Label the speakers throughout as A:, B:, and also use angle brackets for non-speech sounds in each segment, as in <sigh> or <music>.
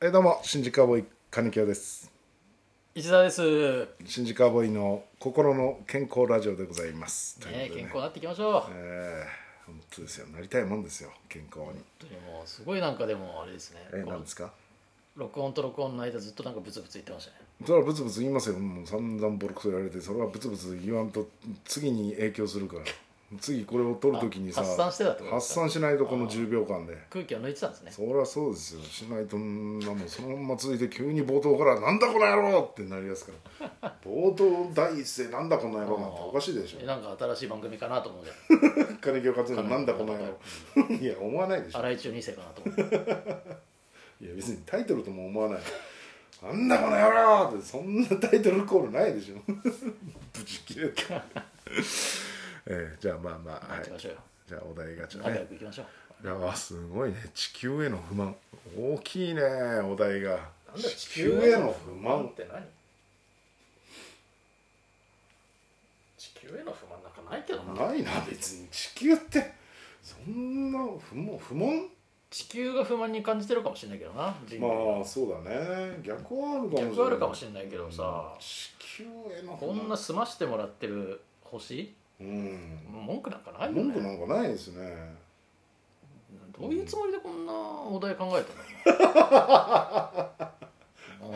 A: えどうも新宿アボーイ金城です
B: 石田です、
A: 新宿アボーイの心の健康ラジオでございますという
B: ね
A: ことでね
B: 健康になっていきましょう、本
A: えー本当ですよなりたいもんですよ健康に
B: 当にもうすごいなんかでもあれですね
A: え
B: こ
A: なん
B: の
A: ですか
B: 録音と録音の間ずっとなんかブツブツ言ってましたね
A: それはブツブツ言いますよもう散々ボロクソ言われてそれはブツブツ言わんと次に影響するから次これを撮るときにさ
B: あ発散してたってことで
A: 発
B: すか
A: 散しないとこの10秒間で
B: 空気を抜いてたんですね
A: そりゃそうですよしないとんなもうそのまま続いて急に冒頭から「なんだこの野郎!」ってなりますから冒頭第一声「なんだこの野郎」なんておかしいでしょ
B: えなんか新しい番組かなと思うじ
A: 金城克也の「なんだこの野郎」いや思わないでし
B: ゃん
A: ょ
B: 荒井中二世かなと思う
A: いや別にタイトルとも思わない「なんだこの野郎!」ってそんなタイトルコールないでしょぶち切れた <laughs> ええじゃあまあまあは
B: やっ
A: い
B: ていきましょうよ
A: じゃあお題ガチャ
B: 仲
A: ね
B: 良くいきましょう
A: いやーすごいね地球への不満大きいねお題が
B: なんだ
A: 地球への不満
B: て何地球への不満なんかないけどな
A: ないな別に地球ってそんな不問不問
B: 地球が不満に感じてるかもしれないけどな人類
A: まあそうだね逆はあるかもしれない
B: 逆あるかもしれないけどさ
A: 地球への不
B: こ
A: 満
B: んな済ましてもらってる星
A: うん
B: 文句なんかないよね
A: 文句なんかないですね
B: どういうつもりでこんなお題考えたのうん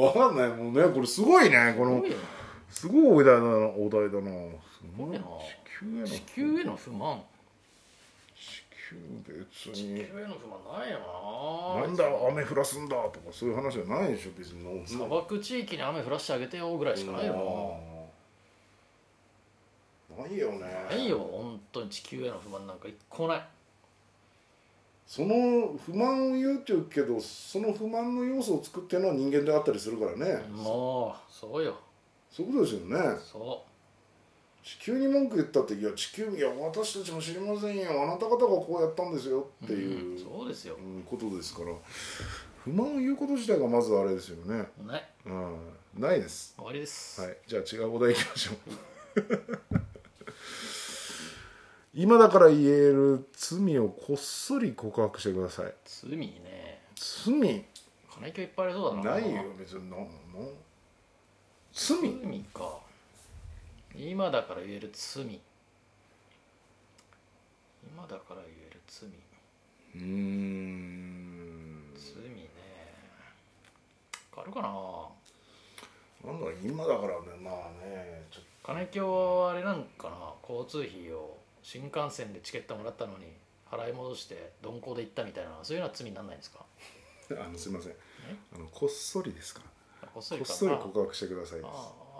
A: わかんないもんねこれすごいねこ
B: す
A: の
B: ごいよ
A: すごいお題だなお題だなすごい
B: な
A: 地
B: 地
A: 球への
B: 球への不満
A: 地球別
B: 地球
A: に
B: への不満ないよな
A: なんだ雨降らすんだとかそういう話じゃないでしょ別にの
B: 砂漠地域に雨降らしてあげてよぐらいしかないよ
A: ないよね
B: なないよ本当に地球への不満なんか一個もない
A: その不満を言うって言うけどその不満の要素を作ってるのは人間であったりするからね、
B: もうそうよ
A: そういうことですよね
B: そ
A: 地球に文句言ったっていや地球いや私たちも知りませんよあなた方がこうやったんですよ
B: う
A: っていう、
B: んそうですよ
A: うんことですから不満を言うこと自体がまずあれですよね、
B: ね
A: うん、ないです
B: 終わりです、
A: はい、じゃあ違うお題いきましょう <laughs> 今だから言える罪をこっそり告白してください
B: 罪ね
A: 罪
B: 金井いっぱいありそうだな
A: ないよ別になんなん罪
B: 罪か今だから言える罪今だから言える罪
A: うーん
B: 罪ね変わるかな
A: なんだろう今だからねまあねちょっ
B: 金京はあれなんかな交通費を新幹線でチケットもらったのに払い戻して鈍行で行ったみたいなそういうのは罪にならないんですか
A: とあのすいませんあのこっそりですから
B: こっそり
A: こっ
B: か
A: そり告白してくださいです
B: あ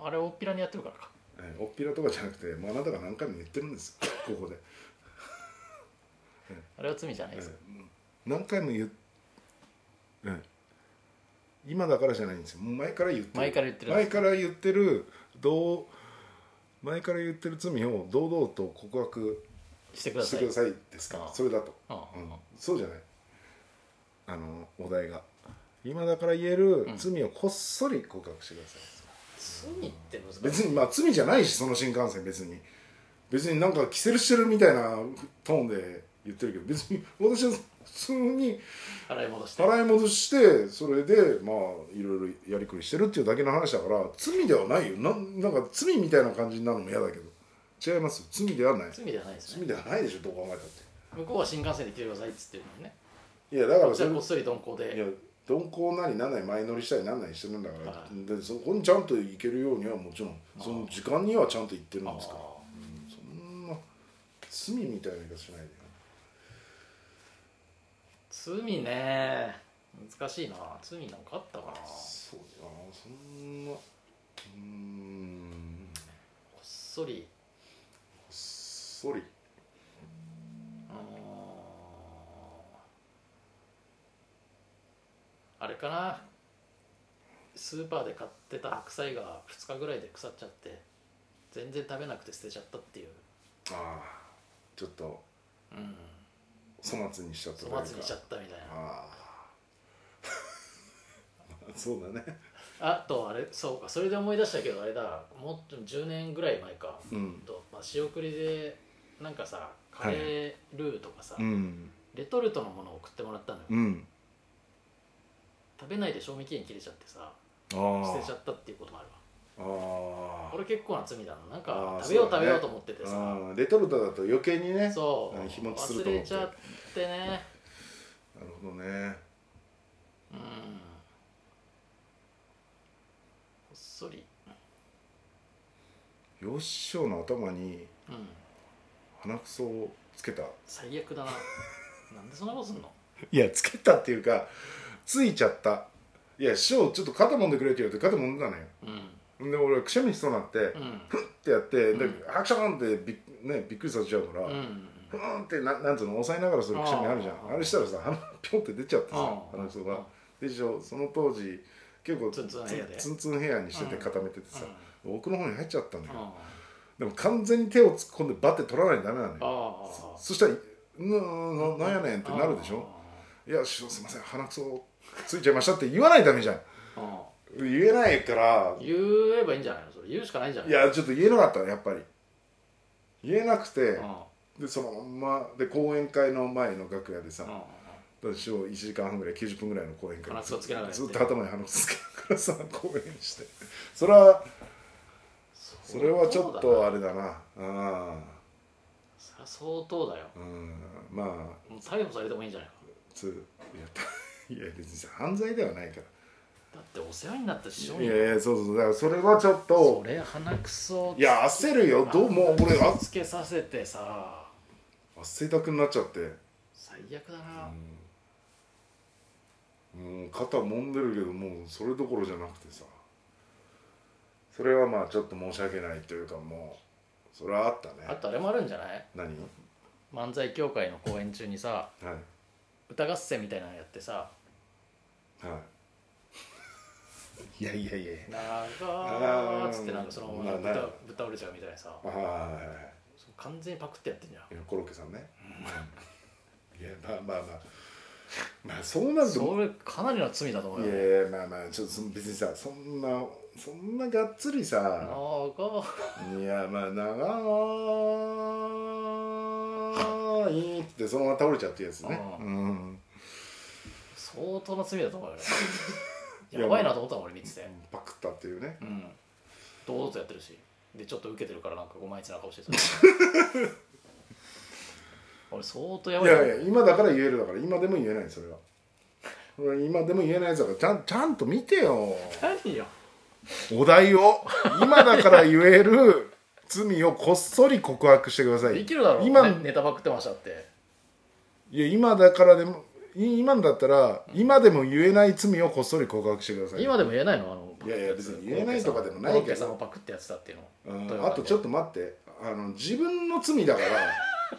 B: ああれ大っぴらにやってるからか
A: えーおっぴらとかじゃなくて、まあ、あなたが何回も言ってるんですよここで、
B: あれは罪じゃない
A: え
B: です、
A: ー何回も言う、えー今だからじゃないんですよもう前から言ってる
B: 前から言ってる
A: 前から言ってるどう前から言ってる罪を堂々と告白
B: してくだ
A: して
B: さい
A: くださいですか
B: あ
A: それだと、
B: ああ
A: うんそうじゃないあのお題が今だから言える罪をこっそり告白してください、
B: 罪って難しい
A: 別にまあ罪じゃないしその新幹線別に別になんかキセルしてるみたいなトーンで言ってるけど別に私は普通に
B: 払い戻して
A: 払い戻してそれでまあいろいろやりくりしてるっていうだけの話だから罪ではないよなんなんか罪みたいな感じになるのも嫌だけど違いますよ罪ではない
B: 罪ではないです
A: 罪
B: ね
A: ではないでしょどう考えたっ
B: 向こうは新幹線で来てくださいっつってるのにね
A: ていやだから
B: じ
A: そ
B: ゃあ
A: れ
B: こっそり鈍行
A: いや
B: で
A: 鈍行なりなんなり前乗りしたりなんなりしてるんだから、
B: は
A: でそこにちゃんと行けるようにはもちろんその時間にはちゃんと行ってるんですからそんな罪みたいな言い方しないでよ
B: 罪ね難しいな罪なんかあったかなこ
A: そうだなそんなうーん
B: っそり
A: こっそり
B: うーんあれかなスーパーで買ってた白菜が2日ぐらいで腐っちゃって全然食べなくて捨てちゃったっていう、
A: ああちょっと
B: うん、
A: 粗末にしちゃったというか
B: 粗末にしちゃったみたいな
A: ああ <laughs> そうだね
B: あとあれそうかそれで思い出したけどあれだもっと10年ぐらい前か
A: うん
B: と、まあ、仕送りでなんかさカレールーとかさ、
A: うん
B: レトルトのものを送ってもらったのよ、
A: うん
B: 食べないで賞味期限切れちゃってさ捨てちゃったっていうこともある
A: あ
B: わ
A: ー
B: これ結構な罪だななん
A: あ
B: か
A: ー
B: 食べよう
A: そうだ
B: 食
A: ね
B: べようと思っててさそう,、
A: あーレトルトだと余計にねうん日持ちすると思
B: 忘れ
A: って
B: ちゃってね
A: なるほどね
B: うんこっそり
A: よっしょの頭に
B: うん
A: 鼻くそをつけた
B: 最悪
A: <laughs>
B: だななんでそんなことすんの
A: いやつけたっていうかついちゃったいや師匠ちょっと肩揉んでくれって言われて肩揉んだのよ
B: うん
A: で俺くしゃみしそうになって、っ
B: うん
A: てやって、で
B: うん
A: ハクションってびっ,、ね、びっくりさせちゃうから、
B: うん
A: ふーんってななんつうの抑えながらするくしゃみあるじゃん
B: あ
A: あ
B: ー
A: れしたらさ鼻ピョンって出ちゃって
B: あ
A: さ
B: ー
A: 鼻くそがでしょその当時結構
B: ツンツンヘアで
A: ツンツンヘアにしてて
B: うん
A: 固めててさ、
B: う
A: 奥の方に入っちゃったんだ
B: う
A: よ、
B: ん
A: でも完全に手を突っ込んでバッて取らないとダメなの
B: あ
A: よ
B: あ
A: そしたら「なななんやねん」ってなるでしょ
B: あ
A: 「いや師匠すいません鼻くそついちゃいました」って言わないとダメじゃん
B: あああ
A: 言えないから
B: 言えばいいんじゃないのそれ言うしかないんじゃない
A: いやちょっと言えなかったやっぱり言えなくて
B: うんうん
A: でそのまんまで講演会の前の楽屋でさ
B: うん
A: 私を1時間半ぐらい90分ぐらいの講演会
B: 鼻くそつけながらやって
A: ずっと頭に鼻くそつけながらさ講演してそれはそれはちょっとあれだなあ
B: それは相当だよ
A: あうんまあ
B: もう逮捕されてもいいんじゃないか
A: つやったいや別にさ犯罪ではないか
B: だってお世話になった師匠
A: らい
B: に
A: やいやそうそうだからそれはちょっ
B: そ
A: と
B: れ鼻くそ
A: いや焦るよどうもう俺あ
B: つけさせてさ
A: 汗だくになっちゃって
B: 最悪だな
A: うん、うん、肩揉んでるけどもうそれどころじゃなくてさそれはまあちょっと申し訳ないというかもうそれはあった
B: あ
A: ね
B: とあれもあるんじゃない
A: 何はい
B: 漫才協会の公演中にさ歌合戦みたいなのやってさ
A: はいいやいやいや
B: 「長ー」っつってなんかその
A: な
B: ま
A: な
B: ま豚豚折れちゃうみたいなさ
A: あは
B: そう完全にパクってやってんじゃん
A: いいやコロッケさんねいやまあまあまあまあそうなると
B: それかなりの罪だと思
A: いう
B: よ
A: やいやまあまあちょっとその別にさそんなそんながっつりさ
B: 長ー
A: いやまあ長いってそのまま倒れちゃうっていうやつね
B: あ
A: う
B: あ
A: ん
B: 相当な罪だ
A: <laughs>
B: と思うよ
A: いや
B: やばいなと思ったもん俺見てて
A: パクったっていうね
B: うん堂々とやってるしでちょっと受けてるからなんかごまいつな顔してた
A: <laughs>
B: 俺相当や
A: い
B: ばいな
A: やいや今だから言えるだから今でも言えないそれはそれは今でも言えないやつだからちゃんちゃんと見てよ
B: 何よ
A: お題を今だから言える罪をこっそり告白してください
B: できるだろう
A: 今
B: ねネタパクってましたって
A: いや今だからでもい今だったら今でも言えない罪をこっそり告白してください
B: 今でも言えないのあの
A: いやいや別に言えないとかでもないけど
B: コロッケさんをパクってやってたっていう
A: うん
B: の
A: あとちょっ
B: と
A: と待ってあの自分の罪だか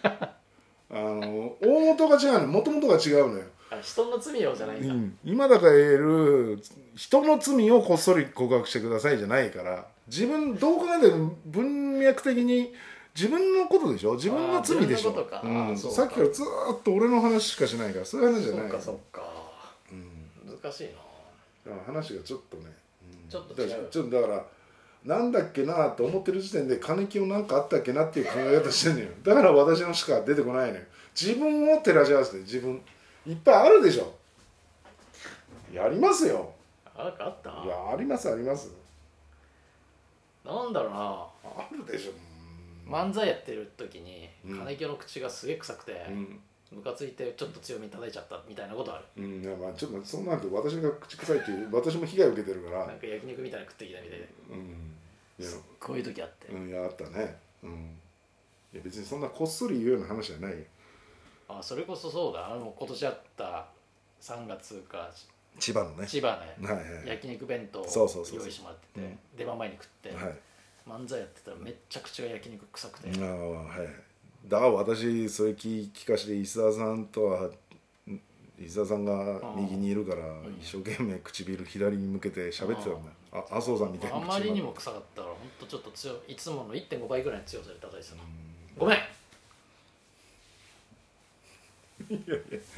A: ら <laughs> あの大元が違うの元々が違うのよ、
B: 人の罪よじゃないんだ、
A: うん今だから言える人の罪をこっそり告白してくださいじゃないから自分どう考えても文脈的に自分のことでしょ自分の罪でし
B: あー自分の
A: ょ
B: ことか
A: うん
B: あーそうか
A: さっきからずーっと俺の話しかしないからそういう話じゃ
B: そ
A: な
B: っ
A: い
B: かそっか
A: うん
B: 難しいな
A: だから話がちょっとね、うん
B: ちょっと違う
A: だからちょっとだからなんだっけなと思ってる時点で金木をなんかあったっけなっていう考え方してんのよだから私のしか出てこないのよ自分を照らし合わせて自分いっぱいあるでしょやりますよ
B: あなんかあった
A: いやありますあります
B: なんだろうな
A: あるでしょ
B: 漫才やってる時に
A: うん
B: 金魚の口がすげえ臭くて
A: うん、
B: ムカついてちょっと強めに叩いちゃったみたいなことある
A: うん、いやまあちょっとそうなると私が口臭いっていう私も被害を受けてるから
B: なんか焼肉みたいなの食ってきたみたいで
A: うんいや
B: こういう時あって
A: うんいやあったねうんいや別にそんなこっそり言うような話じゃないよ
B: あそれこそそうだあの今年あった3月か
A: 千葉のね
B: 千葉ね
A: はいはい
B: 焼肉弁当を
A: そうそうそうそう
B: 用意してもらって
A: うん
B: て出番前に食って
A: はい
B: 漫才やってたらめっちゃ口が焼肉臭くて
A: ああはいだから私それ聞聞かして伊沢さんとはん伊沢さんが右にいるから
B: ん
A: 一生懸命唇左に向けて喋ってたんだよあ麻生さんみたいな
B: あまりに
A: も
B: も臭かったからほんとちょっと強いいつもの1.5倍ぐらいの強さで叩いてたのごめん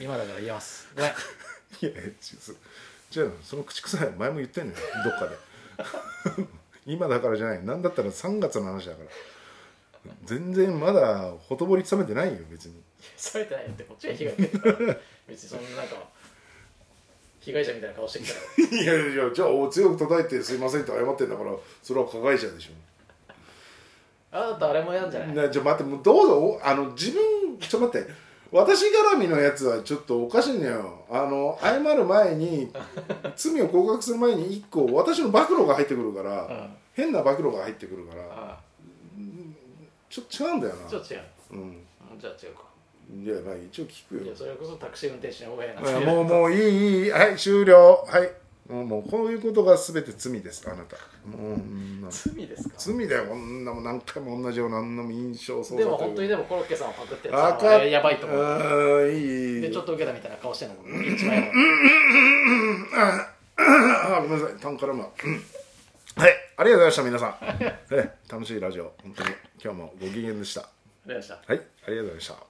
B: 今だから言えますごめん
A: いやちょじゃあその口臭いの前も言ってんのよどっかで <laughs> 今だからじゃない何だったら3月の話だから全然まだほとぼり冷めてないよ別に
B: <laughs> されてないよってこっちが被害受けてるから別にそんななんか被被害者みたいな顔してきたら
A: <laughs> いやいやじゃあお強く叩いてすいませんって謝ってんだからそれは加害者でしょ
B: あなたあれもやんじゃない
A: なじゃあ待ってもうどうぞおあの自分ちょっと待って私絡みのやつはちょっとおかしいのよあの謝る前
B: <laughs>
A: に罪を告白する前に一個私の暴露が入ってくるか
B: う
A: ら
B: ん
A: 変な暴露が入ってくるから
B: あ
A: ちょっと違うんだよ
B: あ
A: な
B: ちょっと違う
A: うん
B: うんじゃあ違うか
A: いやまあ一応聞く
B: い
A: よ
B: やそれこそタクシー運転手の方がいいな
A: うんもうもういいいいはい終了はいもうもうこういうことが全て罪ですあなたもううん
B: 罪ですか
A: 罪だよこんなもん何回も同じようなあんなも印象操作
B: でも本当にでもコロッケさんをパクってやつは
A: わかっ
B: 俺やばいと思う
A: あーいいいい
B: でちょっと受けたみたいな顔してんのも一番やばい
A: あごめんなさい、タンからも。うんはい、ありがとうございました、皆さん。え楽しいラジオ、本当に、今日もご機嫌でした。
B: ありがとうございました
A: はい、ありがとうございました。